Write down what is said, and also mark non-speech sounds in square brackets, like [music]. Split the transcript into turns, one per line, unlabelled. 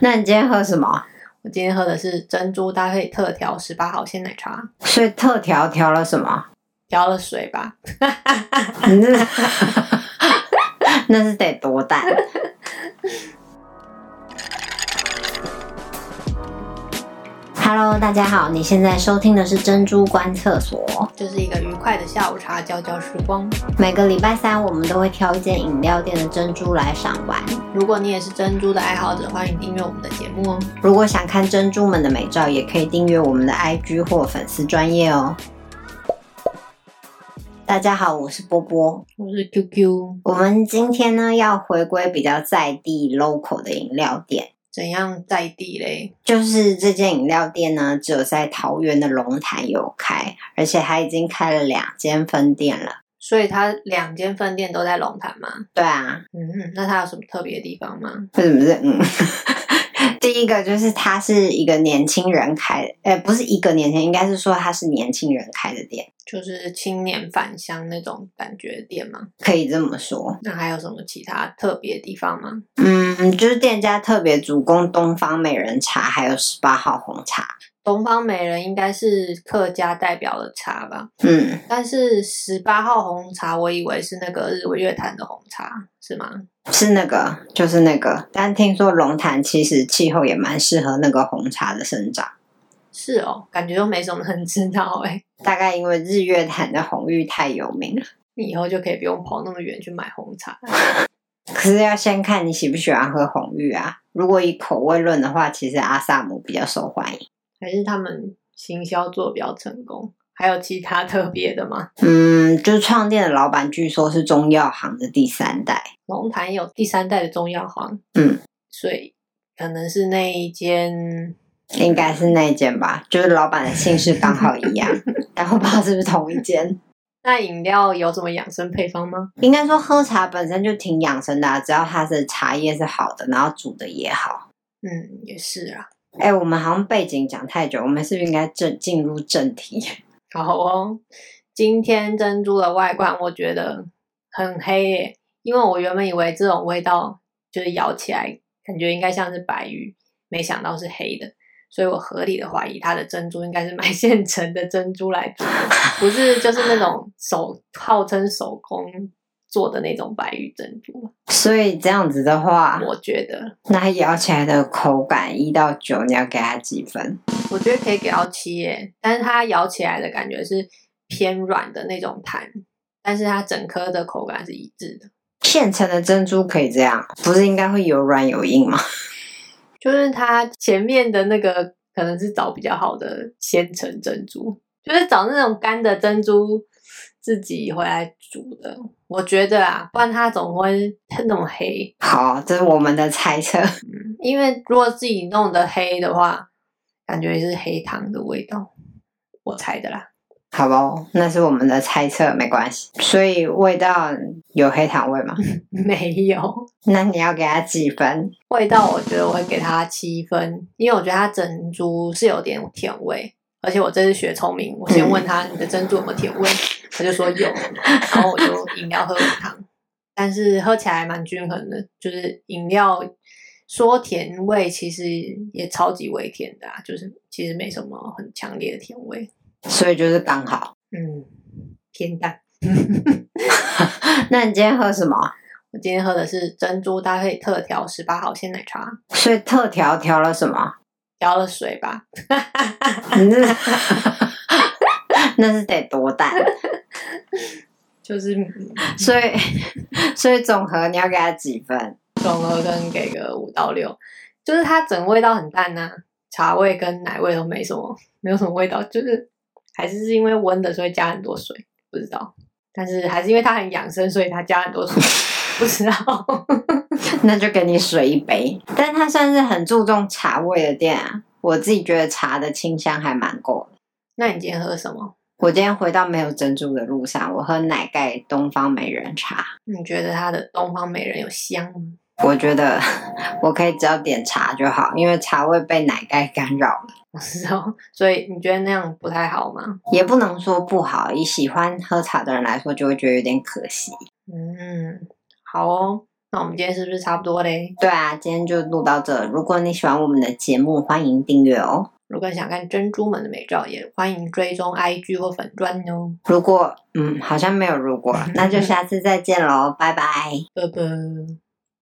那你今天喝什么？
我今天喝的是珍珠搭配特调十八号鲜奶茶，
所以特调调了什么？
调了水吧。
你这那是得多淡？Hello，大家好，你现在收听的是珍珠观厕所。
就是一个愉快的下午茶，交交时光。
每个礼拜三，我们都会挑一间饮料店的珍珠来赏玩。
如果你也是珍珠的爱好者，欢迎订阅我们的节目哦。
如果想看珍珠们的美照，也可以订阅我们的 IG 或粉丝专业哦。大家好，我是波波。
我是 QQ，
我们今天呢要回归比较在地 local 的饮料店，
怎样在地嘞？
就是这间饮料店呢只有在桃园的龙潭有开，而且它已经开了两间分店了。
所以它两间分店都在龙潭嘛。
对啊，
嗯，那它有什么特别的地方吗？
为什么是嗯？ [laughs] 第一个就是他是一个年轻人开，呃，不是一个年轻人，应该是说他是年轻人开的店，
就是青年返乡那种感觉的店吗？
可以这么说。
那还有什么其他特别的地方吗？
嗯，就是店家特别主攻东方美人茶，还有十八号红茶。
东方美人应该是客家代表的茶吧，
嗯，
但是十八号红茶，我以为是那个日月月潭的红茶，是吗？
是那个，就是那个。但听说龙潭其实气候也蛮适合那个红茶的生长，
是哦，感觉又没什么人知道哎、
大概因为日月潭的红玉太有名了。
你以后就可以不用跑那么远去买红茶。
可是要先看你喜不喜欢喝红玉啊。如果以口味论的话，其实阿萨姆比较受欢迎。
还是他们行销做得比较成功，还有其他特别的吗？
嗯，就是创店的老板据说是中药行的第三代。
龙潭有第三代的中药行，
嗯，
所以可能是那一间，
应该是那一间吧，就是老板的姓氏刚好一样，但我不知道是不是同一间。
那饮料有什么养生配方吗？
应该说喝茶本身就挺养生的、啊，只要它的茶叶是好的，然后煮的也好。
嗯，也是啊。
哎、我们好像背景讲太久，我们是不是应该正进入正题？ [laughs]
好哦，今天珍珠的外观我觉得很黑耶，因为我原本以为这种味道就是咬起来感觉应该像是白玉，没想到是黑的，所以我合理的怀疑它的珍珠应该是买 [laughs] 现成的珍珠来做的，不是就是那种手号称手工做的那种白玉珍珠。
所以这样子的话，
我觉得，
那咬起来的口感一到九，你要给它几分？
我觉得可以给到七耶，但是它咬起来的感觉是偏软的那种弹，但是它整颗的口感是一致的。
现成的珍珠可以这样，不是应该会有软有硬吗？ [laughs]
就是它前面的那个可能是找比较好的鲜橙珍珠，就是找那种干的珍珠自己回来煮的。我觉得啊，不然它总会 [laughs] 那么黑。
好，这是我们的猜测。
嗯，因为如果自己弄得黑的话，感觉是黑糖的味道，我猜的啦。 [laughs]
好吧，那是我们的猜测，没关系。所以味道有黑糖味吗？ [laughs]
没有
那你要给它几分？
味道，我觉得我会给它七分，因为我觉得它珍珠是有点甜味。而且我这次学聪明，我先问他你的珍珠有没有甜味，他就说有，然后我就饮料喝无糖，但是喝起来蛮均衡的，就是饮料说甜味其实也超级微甜的、啊，就是其实没什么很强烈的甜味，
所以就是刚好。
嗯，偏淡。
那你今天喝什么？
我今天喝的是珍珠搭配特调十八号鲜奶茶，
所以特调调了什么？ [laughs]
调了水吧，
你这那是得多淡？
就是嗯
所以所以总和你要给它几分？
总和可能给个五到六，就是它整个味道很淡呐、茶味跟奶味都没什么，没有什么味道，就是还是是因为温的，所以加很多水，不知道。但是还是因为它很养生，所以它加很多水，不知道。 [laughs]
那就给你水一杯。但它算是很注重茶味的店啊，我自己觉得茶的清香还蛮够的。
那你今天喝什么？
我今天回到没有珍珠的路上，我喝奶盖东方美人茶。
你觉得它的东方美人有香吗？
我觉得我可以只要点茶就好，因为茶味被奶盖干扰了，
我知道，所以你觉得那样不太好吗？
也不能说不好。以喜欢喝茶的人来说，就会觉得有点可惜。
嗯，好哦。那我们今天是不是差不多嘞？
对啊，今天就录到这。如果你喜欢我们的节目，欢迎订阅哦。
如果想看珍珠们的美照，也欢迎追踪 IG 或粉砖哦。
如果嗯，好像没有如果，那就下次再见喽，拜拜。
拜拜。